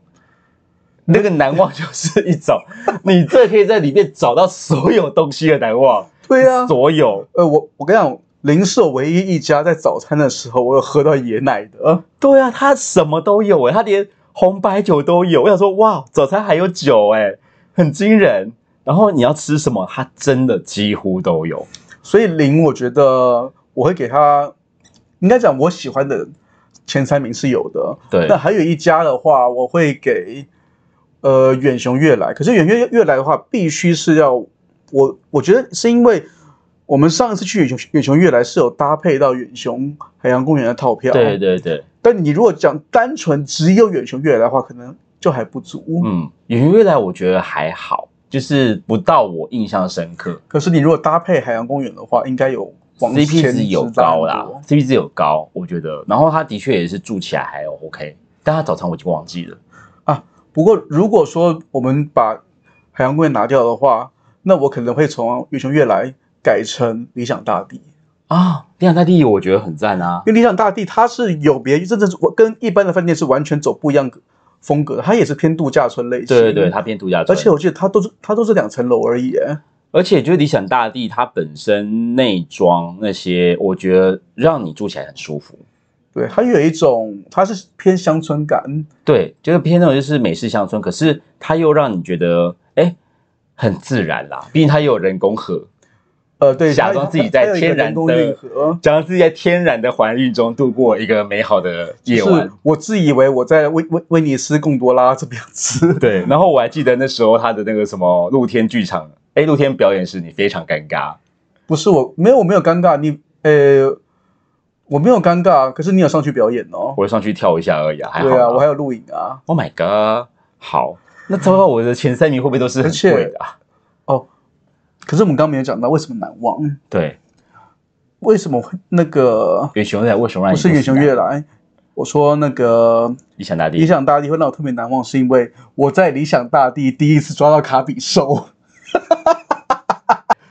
Speaker 1: 那个难忘就是一种，你这可以在里面找到所有东西的难忘，
Speaker 3: 对啊，
Speaker 1: 所有。
Speaker 3: 呃，我我跟你讲，零是我唯一一家在早餐的时候我有喝到椰奶的，
Speaker 1: 对啊，他什么都有哎、他连红白酒都有。我想说，哇，早餐还有酒哎、很惊人。然后你要吃什么，他真的几乎都有。
Speaker 3: 所以零我觉得我会给它，应该讲我喜欢的前三名是有的，
Speaker 1: 对
Speaker 3: 那还有一家的话，我会给呃远雄悦来，可是远雄悦悦来的话，必须是要我我觉得是因为我们上一次去远雄远雄悦来是有搭配到远雄海洋公园的套票，
Speaker 1: 对。对对，
Speaker 3: 但你如果讲单纯只有远雄悦来的话，可能就还不足。
Speaker 1: 嗯，云未来我觉得还好，就是不到我印象深刻。
Speaker 3: 可是你如果搭配海洋公园的话，应该有往
Speaker 1: CP
Speaker 3: 前
Speaker 1: 值有
Speaker 3: 知道
Speaker 1: 高啦
Speaker 3: 很多
Speaker 1: ，CP 值有高，我觉得。然后他的确也是住起来还 OK，但他早餐我已经忘记了。
Speaker 3: 不过如果说我们把海洋公园拿掉的话，那我可能会从远雄悦来改成理想大地，
Speaker 1: 啊，理想大地我觉得很赞啊
Speaker 3: 因，为理想大地它是有别于，真的是我跟一般的饭店是完全走不一样风格的，它也是偏度假村类型。
Speaker 1: 对对对，他偏度假
Speaker 3: 而
Speaker 1: 村，
Speaker 3: 且我记得它都是它都是两层楼而已耶，
Speaker 1: 而且就是理想大地，它本身内装那些，我觉得让你住起来很舒服。
Speaker 3: 对，它有一种它是偏乡村感，
Speaker 1: 对，就是偏那种就是美式乡村，可是它又让你觉得哎很自然啦，毕竟它也有人工河，
Speaker 3: 呃，对，
Speaker 1: 假
Speaker 3: 它
Speaker 1: 装自己
Speaker 3: 它
Speaker 1: 在
Speaker 3: 它有一个
Speaker 1: 天然
Speaker 3: 人工运
Speaker 1: 的
Speaker 3: 河，，
Speaker 1: 假装自己在天然的环境中度过一个美好的夜
Speaker 3: 是
Speaker 1: 晚。
Speaker 3: 我自以为我在威威威尼斯贡多拉这边吃，
Speaker 1: 对，然后我还记得那时候他的那个什么露天剧场，哎，露天表演时你非常尴尬，
Speaker 3: 不是我没有我没有尴尬，你呃我没有尴尬，啊可是你有上去表演哦，
Speaker 1: 我上去跳一下而已、啊，还好
Speaker 3: 对啊，我还
Speaker 1: 有
Speaker 3: 有录影啊，
Speaker 1: Oh my God，好，那糟糕，我的前三名会不会都是很
Speaker 3: 而且
Speaker 1: 贵的、啊？
Speaker 3: 可是我们刚刚没有讲到为什么难忘，
Speaker 1: 对，
Speaker 3: 为什么会那个
Speaker 1: 远雄在为什么让
Speaker 3: 不
Speaker 1: 你
Speaker 3: 是远雄
Speaker 1: 越
Speaker 3: 悦来？我说那个
Speaker 1: 理想大地
Speaker 3: 理想大地会让我特别难忘，是因为我在理想大地第一次抓到卡比兽， <laughs>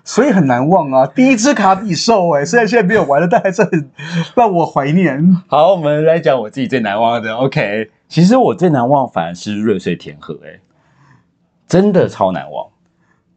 Speaker 3: 所以很难忘啊！第一只卡比兽、哎，虽然现在没有玩了，但还是很让我怀念。
Speaker 1: 好，我们来讲我自己最难忘的。OK，其实我最难忘反而是瑞穗田河、哎，真的超难忘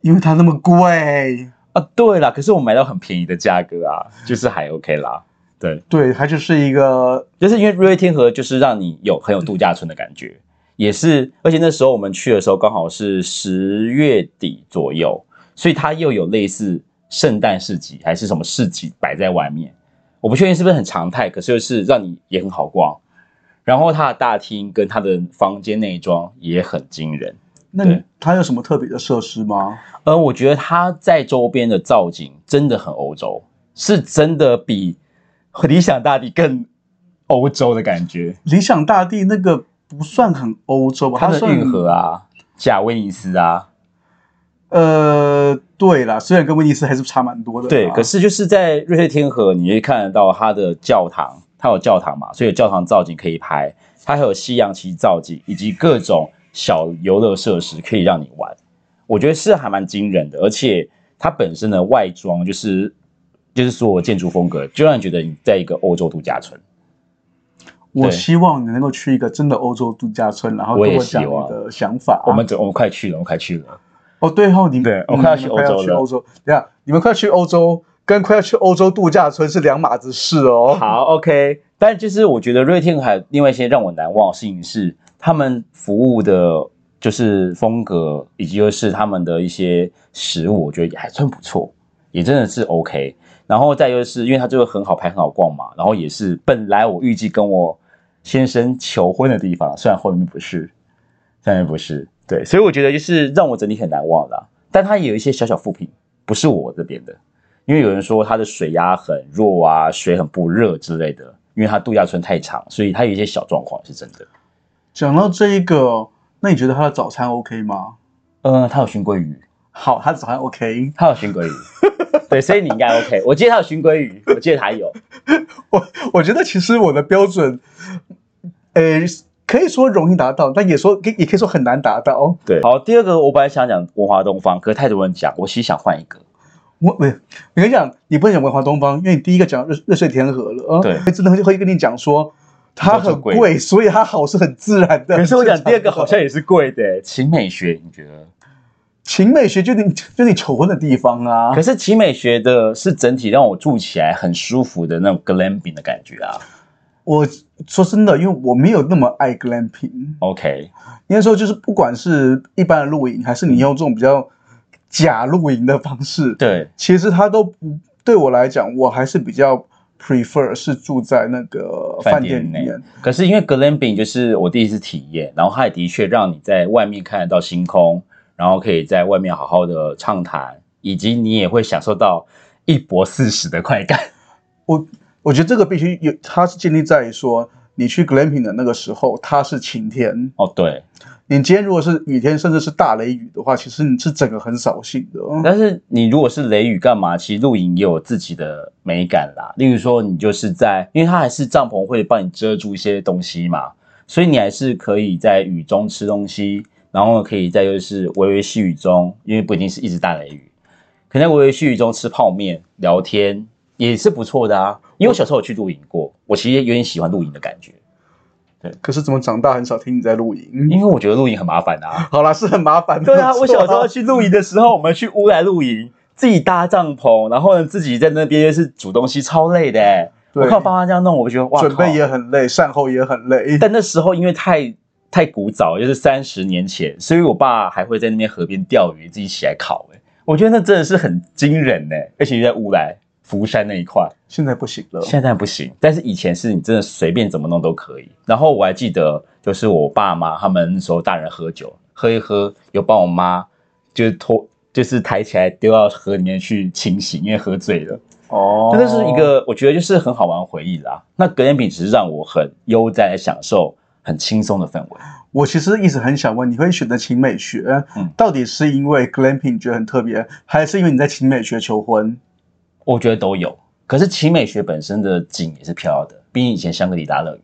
Speaker 3: 因为它那么贵，
Speaker 1: 啊！对啦，可是我买到很便宜的价格啊，就是还 OK 啦。对，
Speaker 3: 对，它就是一个
Speaker 1: 就是因为瑞穗天河就是让你有很有度假村的感觉，也是，而且那时候我们去的时候刚好是十月底左右，所以它又有类似圣诞市集还是什么市集摆在外面，我不确定是不是很常态，可是就是让你也很好逛。然后它的大厅跟它的房间内装也很惊人，
Speaker 3: 那你
Speaker 1: 对
Speaker 3: 它有什么特别的设施吗？
Speaker 1: 而我觉得它在周边的造景真的很欧洲，是真的比理想大地更欧洲的感觉，
Speaker 3: 理想大地那个不算很欧洲吧？
Speaker 1: 它的
Speaker 3: 算
Speaker 1: 运河啊，假威尼斯啊，
Speaker 3: 呃，对啦，虽然跟威尼斯还是差蛮多的啊。
Speaker 1: 对，可是就是在瑞士天河，你会看得到它的教堂，它有教堂嘛，所以有教堂造景可以拍，它还有西洋旗造景，以及各种小游乐设施可以让你玩。我觉得是还蛮惊人的，而且它本身的外装就是就是所有建筑风格，就让人觉得你在一个欧洲度假村。
Speaker 3: 我
Speaker 1: 对
Speaker 3: 希望你能够去一个真的欧洲度假村，然后
Speaker 1: 我
Speaker 3: 跟
Speaker 1: 也
Speaker 3: 我讲
Speaker 1: 希望
Speaker 3: 你的想法啊。
Speaker 1: 我们走，我们快去了，我们快去了。
Speaker 3: 哦，对哦，你
Speaker 1: 对
Speaker 3: 嗯
Speaker 1: 我快要
Speaker 3: 你
Speaker 1: 去
Speaker 3: 们
Speaker 1: 欧洲
Speaker 3: 快要去
Speaker 1: 了
Speaker 3: 欧洲，等一下你们快要去欧洲，跟快要去欧洲度假村是两码子事哦。
Speaker 1: 好，OK。但就是我觉得瑞天还有另外一些让我难忘的事情是，他们服务的就是风格，以及就是他们的一些食物，我觉得也还算不错，也真的是 OK。然后再就是因为它就很好拍、很好逛嘛，然后也是本来我预计跟我先生求婚的地方，虽然后面不是，当然不是，对，所以我觉得就是让我整体很难忘啦。但它也有一些小小负评，不是我这边的。因为有人说它的水压很弱啊，水很不热之类的，因为它度假村太长，所以它有一些小状况是真的。
Speaker 3: 讲到这一个，那你觉得他的早餐 OK 吗？
Speaker 1: 呃，它有熏鲑鱼，
Speaker 3: 好，他的早餐 OK。
Speaker 1: 它有熏鲑鱼， <laughs> 对，所以你应该 OK。我记得它有熏鲑鱼，我记得它有，
Speaker 3: 我我觉得其实我的标准，呃，可以说容易达到，但也说也也可以说很难达到。哦
Speaker 1: 对。好，第二个我本来想讲文华东方，可是太多人讲，我其实想换一个。
Speaker 3: 我不，我跟你讲，你不能讲文华东方，因为你第一个讲热热水田河了，啊
Speaker 1: 对，
Speaker 3: 真的会会跟你讲说它很
Speaker 1: 都是
Speaker 3: 贵，所以它好是很自然的。
Speaker 1: 可是我讲第二个好像
Speaker 3: <laughs> 很正常的
Speaker 1: 也是贵的、欸秦美学，你觉得？
Speaker 3: 秦美学就你就你求婚的地方啊
Speaker 1: 可，是秦美学的是整体让我住起来很舒服的那种 glamping 的感觉啊。
Speaker 3: 我说真的，因为我没有那么爱 glamping，
Speaker 1: OK，
Speaker 3: 应该说就是不管是一般的露营，还是你用这种比较假露营的方式，
Speaker 1: 对，
Speaker 3: 其实它都不对我来讲，我还是比较 prefer 是住在那个饭店里面。
Speaker 1: 可是因为 glamping 就是我第一次体验，然后它也的确让你在外面看得到星空，然后可以在外面好好的畅谈，以及你也会享受到一搏四十的快感。
Speaker 3: 我我觉得这个必须有，它是建立在于说你去 glamping 的那个时候，它是晴天。
Speaker 1: 哦，对，
Speaker 3: 你今天如果是雨天，甚至是大雷雨的话，其实你是整个很扫兴的。
Speaker 1: 但是你如果是雷雨干嘛？其实露营也有自己的美感啦。例如说，你就是在，因为它还是帐篷会帮你遮住一些东西嘛，所以你还是可以在雨中吃东西，然后可以在就是微微细雨中，因为不一定是一直大雷雨，可能在微微细雨中吃泡面、聊天也是不错的啊。因为我小时候有去露营过，我其实有点喜欢露营的感觉，
Speaker 3: 可是怎么长大很少听你在露营？
Speaker 1: 因为我觉得露营很麻烦啊。
Speaker 3: 好啦，是很麻 <laughs> 烦的。
Speaker 1: 对啊，
Speaker 3: 没有错
Speaker 1: 我小时候去露营的时
Speaker 3: <laughs>
Speaker 1: 候，我们去乌来露营，自己搭帐篷，然后呢自己在那边就是煮东西，超累的、欸。
Speaker 3: 对
Speaker 1: 我看我爸妈这样弄，我觉得哇，
Speaker 3: 准备
Speaker 1: 靠
Speaker 3: 也很累，善后也很累。
Speaker 1: 但那时候因为太太古早，就是三十年前，所以我爸还会在那边河边钓鱼，自己起来烤、欸。我觉得那真的是很惊人呢、而且在乌来福山那一块。
Speaker 3: 现在不行了。
Speaker 1: 现在不行，但是以前是你真的随便怎么弄都可以。然后我还记得，就是我爸妈他们那时候大人喝酒，喝一喝，有帮我妈就是拖，就是抬起来丢到河里面去清洗，因为喝醉了。
Speaker 3: 哦
Speaker 1: 那这是一个我觉得就是很好玩的回忆啦。那格言饼只是让我很悠哉地享受很轻松的氛围。
Speaker 3: 我其实一直很想问，你会选择秦美学，
Speaker 1: 嗯
Speaker 3: 到底是因为 glamping 你觉得很特别，还是因为你在秦美学求婚？
Speaker 1: 我觉得都有，可是奇美学本身的景也是漂亮的，毕竟以前香格里拉乐园，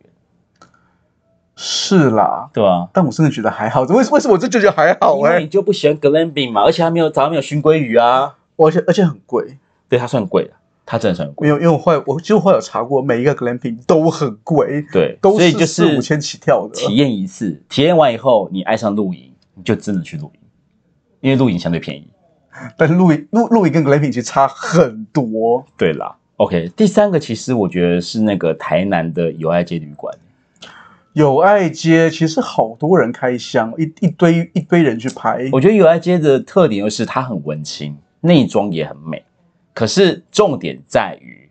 Speaker 3: 是啦，
Speaker 1: 对吧、
Speaker 3: 但我真的觉得还好，为什为什么我就觉得还好
Speaker 1: 因
Speaker 3: 哎、
Speaker 1: 为你就不喜欢格兰饼嘛，而且还没有，咱没有熏鲑鱼啊。
Speaker 3: 而且而且很贵，
Speaker 1: 对，它算贵的，它真的算贵。
Speaker 3: 没有，因为我后来我就后来有查过，每一个 glamping 都很贵，
Speaker 1: 对，
Speaker 3: 都
Speaker 1: 所以
Speaker 3: 是
Speaker 1: 就
Speaker 3: 四
Speaker 1: 是
Speaker 3: 五千起跳的。
Speaker 1: 体验一次，体验完以后你爱上露营，你就真的去露营，因为露营相对便宜。
Speaker 3: 但是露营露露营跟 glamping 其实差很多。
Speaker 1: 对啦，OK，第三个其实我觉得是那个台南的友爱街旅馆，
Speaker 3: 友爱街其实好多人开箱，一一堆一堆人去拍，
Speaker 1: 我觉得友爱街的特点就是它很文青，内装也很美，可是重点在于，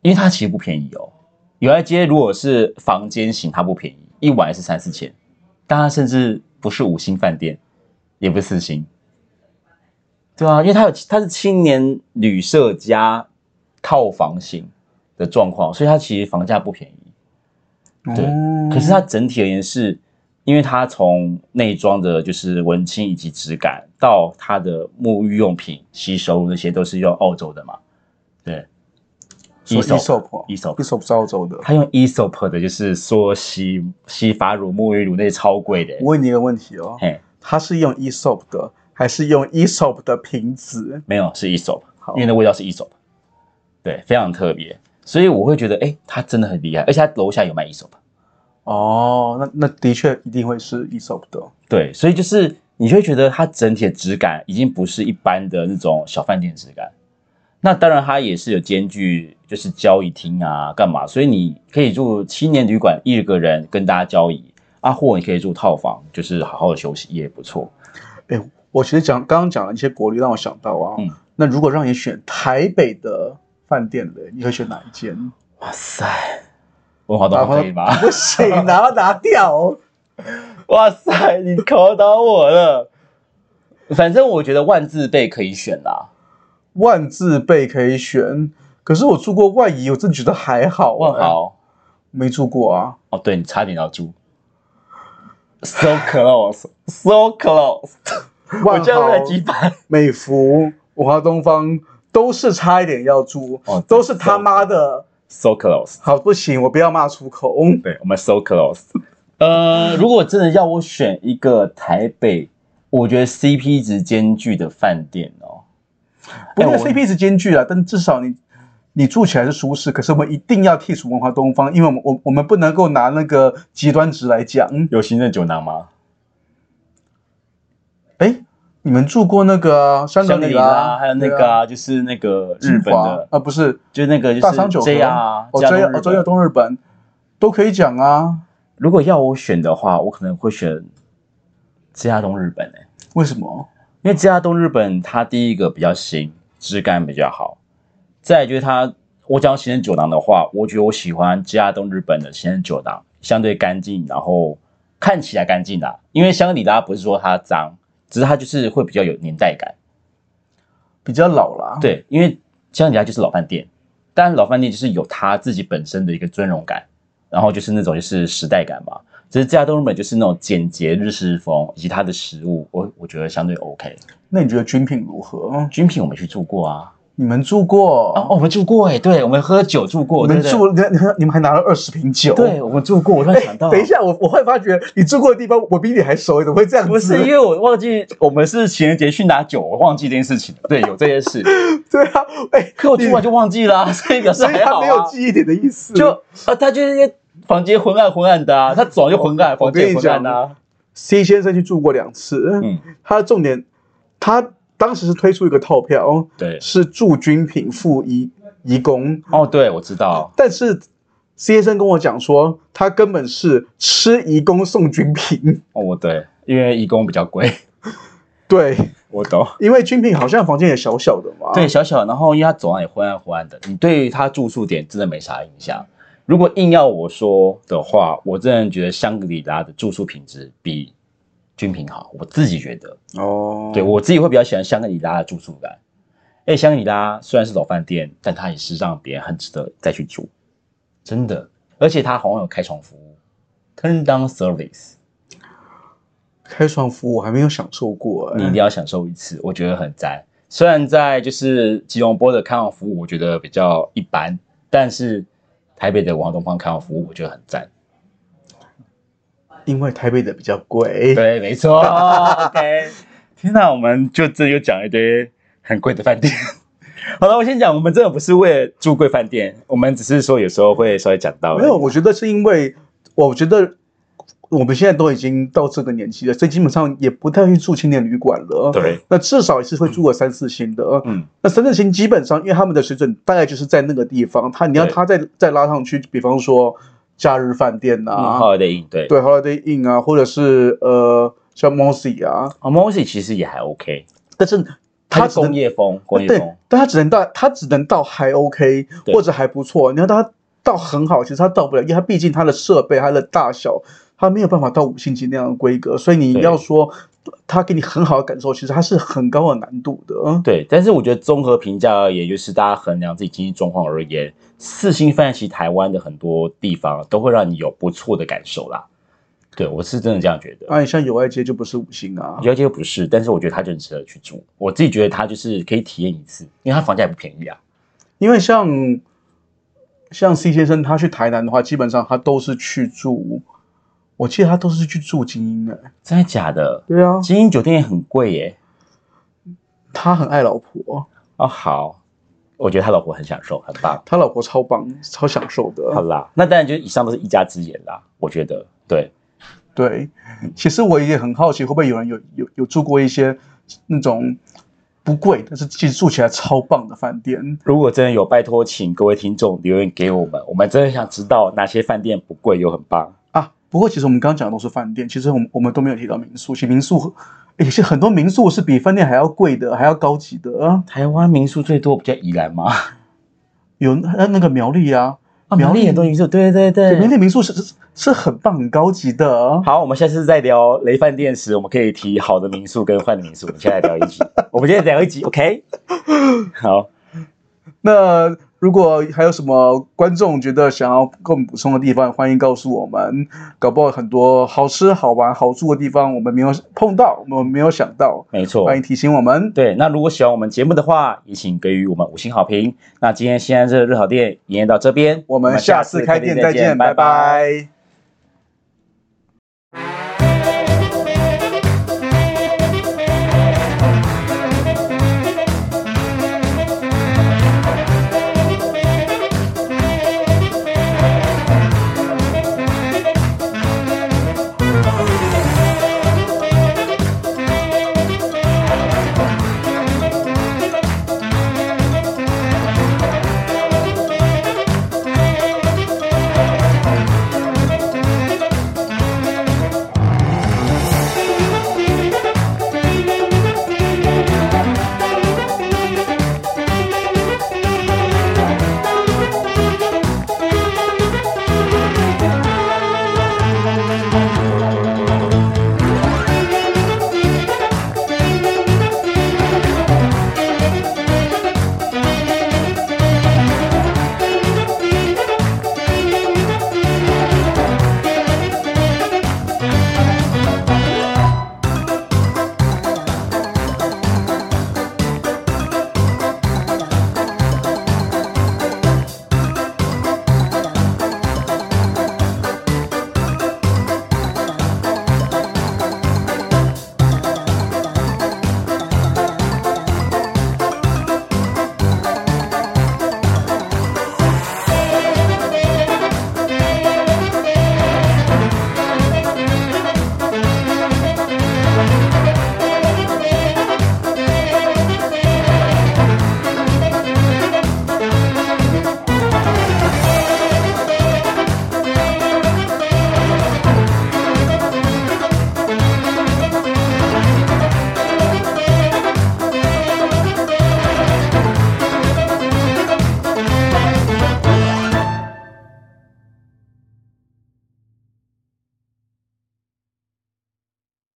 Speaker 1: 因为它其实不便宜哦。友爱街如果是房间型，它不便宜，一晚是三四千，但它甚至不是五星饭店，也不是四星。对啊，因为它有它是青年旅社加套房型，的状况，所以它其实房价不便宜。对
Speaker 3: 哦
Speaker 1: 可是它整体而言是，因为它从内装的就是文青以及质感，到它的沐浴用品、洗手乳那些都是用澳洲的嘛，对
Speaker 3: 说
Speaker 1: Aesop
Speaker 3: Aesop 啊
Speaker 1: Aesop
Speaker 3: Aesop 是澳洲的。
Speaker 1: 他用 Esop 的，就是说洗洗发乳、沐浴乳那些超贵的、
Speaker 3: 我问你一个问题哦，
Speaker 1: 嘿，
Speaker 3: 它是用 E Aesop 的，还是用 E Aesop 的瓶子？
Speaker 1: 没有是 Esop，
Speaker 3: 好
Speaker 1: 因为那味道是 Esop，对，非常特别，所以我会觉得，哎、他真的很厉害，而且他楼下有卖 Esop，
Speaker 3: 哦，那那的确一定会是 E Aesop 的。
Speaker 1: 对，所以就是你就会觉得它整体的质感已经不是一般的那种小饭店质感。那当然，它也是有兼具就是交易厅啊，干嘛？所以你可以住青年旅馆，一个人跟大家交易啊，或你可以住套房，就是好好的休息也不错。
Speaker 3: 哎，我其实讲刚刚讲了一些国旅，让我想到啊，
Speaker 1: 嗯
Speaker 3: 那如果让你选台北的饭店嘞，你会选哪一间？ <laughs>
Speaker 1: 哇塞，文华东方可以吗？ <laughs>
Speaker 3: 不行，拿要拿掉。
Speaker 1: 哇塞，你考倒我了。反正我觉得万字辈可以选啦，
Speaker 3: 万字辈可以选，可是我住过万怡，我真的觉得还好、啊
Speaker 1: 万，豪。
Speaker 3: 没住过啊。
Speaker 1: 哦，对你差点要住。So close, so close 。 <laughs> 我
Speaker 3: 万
Speaker 1: 这样
Speaker 3: 豪
Speaker 1: 在几百。
Speaker 3: 美孚、文华东方都是差一点要住，
Speaker 1: 哦
Speaker 3: 都是他妈的。
Speaker 1: So close，
Speaker 3: 好，不行，我不要骂出口。嗯
Speaker 1: 对我们 so close。呃，如果真的要我选一个台北，我觉得 CP 值兼具的饭店哦，
Speaker 3: 不过
Speaker 1: 我
Speaker 3: CP 值兼具啊，但至少你你住起来是舒适。可是我们一定要剔除文华东方，因为我们我我们不能够拿那个极端值来讲。嗯
Speaker 1: 有行政酒囊吗？
Speaker 3: 哎，你们住过那个啊香格
Speaker 1: 香格
Speaker 3: 里
Speaker 1: 里
Speaker 3: 拉，
Speaker 1: 拉，还有那
Speaker 3: 对
Speaker 1: 个
Speaker 3: 啊
Speaker 1: 啊，就是那个日本
Speaker 3: 金华
Speaker 1: 的，
Speaker 3: 啊，不是
Speaker 1: 就是那个就
Speaker 3: 大商九
Speaker 1: 是
Speaker 3: 和
Speaker 1: J R
Speaker 3: 哦
Speaker 1: 加
Speaker 3: J 哦 J
Speaker 1: 东
Speaker 3: 亚东
Speaker 1: 日本。
Speaker 3: 日本都可以讲啊。
Speaker 1: 如果要我选的话，我可能会选 JR 东日本欸诶、
Speaker 3: 为什么？
Speaker 1: 因为这家东日本，它第一个比较新，质感比较好。再来就是它，我讲行人酒囊的话，我觉得我喜欢这家东日本的行人酒囊，相对干净，然后看起来干净啦。因为香格里拉不是说它脏，只是它就是会比较有年代感。
Speaker 3: 比较老啦。，
Speaker 1: 对，因为香格里拉就是老饭店，但老饭店就是有它自己本身的一个尊荣感，然后就是那种就是时代感嘛。只是这家东日本就是那种简洁日式风，以及它的食物，我我觉得相对 OK。
Speaker 3: 那你觉得军品如何？
Speaker 1: 军品我没去住过啊。
Speaker 3: 你们住过？
Speaker 1: 哦，哦我们住过哎、对，我们喝酒住过，
Speaker 3: 你们
Speaker 1: 对
Speaker 3: 住，你你你们还拿了二十瓶酒。
Speaker 1: 对对，哦我们住过，我突然想到，
Speaker 3: 等一，下，我我会发觉你住过的地方，我比你还熟，怎么会这样子？
Speaker 1: 不是因为我忘记我们是情人节去拿酒，我忘记这件事情了，对，有这
Speaker 3: <laughs>
Speaker 1: 件事，
Speaker 3: 对啊，哎，
Speaker 1: 可我突然就忘记了啊、所以表示
Speaker 3: 所以
Speaker 1: <laughs> 还
Speaker 3: 他
Speaker 1: 好
Speaker 3: 没有
Speaker 1: 啊，
Speaker 3: 记忆点的意思。
Speaker 1: 就呃，他就是因为房间昏暗昏暗的啊，他走就昏暗，
Speaker 3: <laughs> 我
Speaker 1: 房
Speaker 3: 跟
Speaker 1: 间
Speaker 3: 你
Speaker 1: 昏
Speaker 3: 讲
Speaker 1: 暗啊，
Speaker 3: C 先生去住过两次，
Speaker 1: 嗯，
Speaker 3: 他的重点，他当时是推出一个套票，哦
Speaker 1: 对，
Speaker 3: 是住军品附移移工，
Speaker 1: 哦，对，我知道，
Speaker 3: 但是 C 先生跟我讲说，他根本是吃移工送军品。 <laughs>
Speaker 1: 哦，我对，因为义工比较贵， <laughs>
Speaker 3: 对，
Speaker 1: 我懂。
Speaker 3: 因为军品好像房间也小小的嘛。
Speaker 1: 对，，小小，然后因为它走廊也昏暗昏暗的，你对于它住宿点真的没啥印象。如果硬要我说的话，我真的觉得香格里拉的住宿品质比军品好，我自己觉得，
Speaker 3: 哦，
Speaker 1: 对我自己会比较喜欢香格里拉的住宿感。哎，香格里拉虽然是老饭店，但它也是让别人很值得再去住，真的。而且它好像有开床服务，turn down service，
Speaker 3: 开床服务我还没有享受过、
Speaker 1: 你一定
Speaker 3: 哎，
Speaker 1: 要享受一次，我觉得很赞。虽然在就是吉隆坡的开放服务，我觉得比较一般，但是台北的往东方开放服务，我觉得很赞。
Speaker 3: 因为台北的比较贵。
Speaker 1: 对，
Speaker 3: <laughs>
Speaker 1: 没错。OK，天哪，我们就这又讲一堆很贵的饭店。好了，我先讲，我们真的不是为了住贵饭店，我们只是说有时候会稍微讲到而已。
Speaker 3: 没有，我觉得是因为，我觉得我们现在都已经到这个年纪了，所以基本上也不太去住青年旅馆了。，
Speaker 1: 对，
Speaker 3: 那至少也是会住个三四星的。
Speaker 1: 嗯，
Speaker 3: 那三四星基本上，因为他们的水准大概就是在那个地方，他你要
Speaker 1: 对
Speaker 3: 他再再拉上去，比方说假日饭店呐、
Speaker 1: 啊，好的，对。
Speaker 3: 对 Holiday Inn 啊，或者是呃像 Mossy 啊，
Speaker 1: 啊 m o s y 其实也还 OK，
Speaker 3: 但是
Speaker 1: 它
Speaker 3: 它
Speaker 1: 是
Speaker 3: 只能
Speaker 1: 工业风，工业
Speaker 3: 对
Speaker 1: 风。，
Speaker 3: 但它只能到它只能到还 OK
Speaker 1: 对
Speaker 3: 或者还不错，你要它到很好，其实它到不了，因为它毕竟它的设备、它的大小，它没有办法到五星级那样的规格，所以你
Speaker 1: 对
Speaker 3: 要说它给你很好的感受，其实它是很高的难度的。
Speaker 1: 对，但是我觉得综合评价而言，就是大家衡量自己经济状况而言，四星饭店其实台湾的很多地方都会让你有不错的感受啦。对我是真的这样觉得。
Speaker 3: 啊，你像友爱街就不是五星啊，
Speaker 1: 有一些不是，但是我觉得它就很值得去住。我自己觉得它就是可以体验一次，因为它房价也不便宜啊。
Speaker 3: 因为像像 C 先生他去台南的话，基本上他都是去住，我记得他都是去住精英的、
Speaker 1: 真的假的？
Speaker 3: 对啊，
Speaker 1: 精英酒店也很贵耶。
Speaker 3: 他很爱老婆，
Speaker 1: 哦，好，我觉得他老婆很享受，很棒。
Speaker 3: 他老婆超棒，超享受的。
Speaker 1: 好啦，那当然就以上都是一家之言啦。我觉得，对，
Speaker 3: 对，其实我也很好奇，会不会有人有有有住过一些那种不贵，但是其实住起来超棒的饭店？
Speaker 1: 如果真的有，拜托请各位听众留言给我们，我们真的想知道哪些饭店不贵又很棒。
Speaker 3: 啊，不过其实我们刚刚讲的都是饭店，其实我们我们都没有提到民宿。其实民宿也是很多民宿是比饭店还要贵的，还要高级的。啊
Speaker 1: 台湾民宿最多不叫宜兰吗？
Speaker 3: 有那那个苗栗啊，
Speaker 1: 啊
Speaker 3: 苗栗
Speaker 1: 很多民宿，对对
Speaker 3: 对，苗
Speaker 1: 对
Speaker 3: 栗。民宿是是是很棒、很高级的。啊
Speaker 1: 好，我们下次再聊雷饭店时，我们可以提好的民宿跟坏的民宿。我们现在聊一集，我们今天聊一集，OK？好，
Speaker 3: 那如果还有什么观众觉得想要跟我们补充的地方，欢迎告诉我们。搞不好很多好吃、好玩、好住的地方，我们没有碰到，我们没有想到，
Speaker 1: 没错。
Speaker 3: 欢迎提醒我们。
Speaker 1: 对，那如果喜欢我们节目的话，也请给予我们五星好评。那今天西安这热好店营业到这边，
Speaker 3: 我们下次开店再见，
Speaker 1: 拜
Speaker 3: 拜拜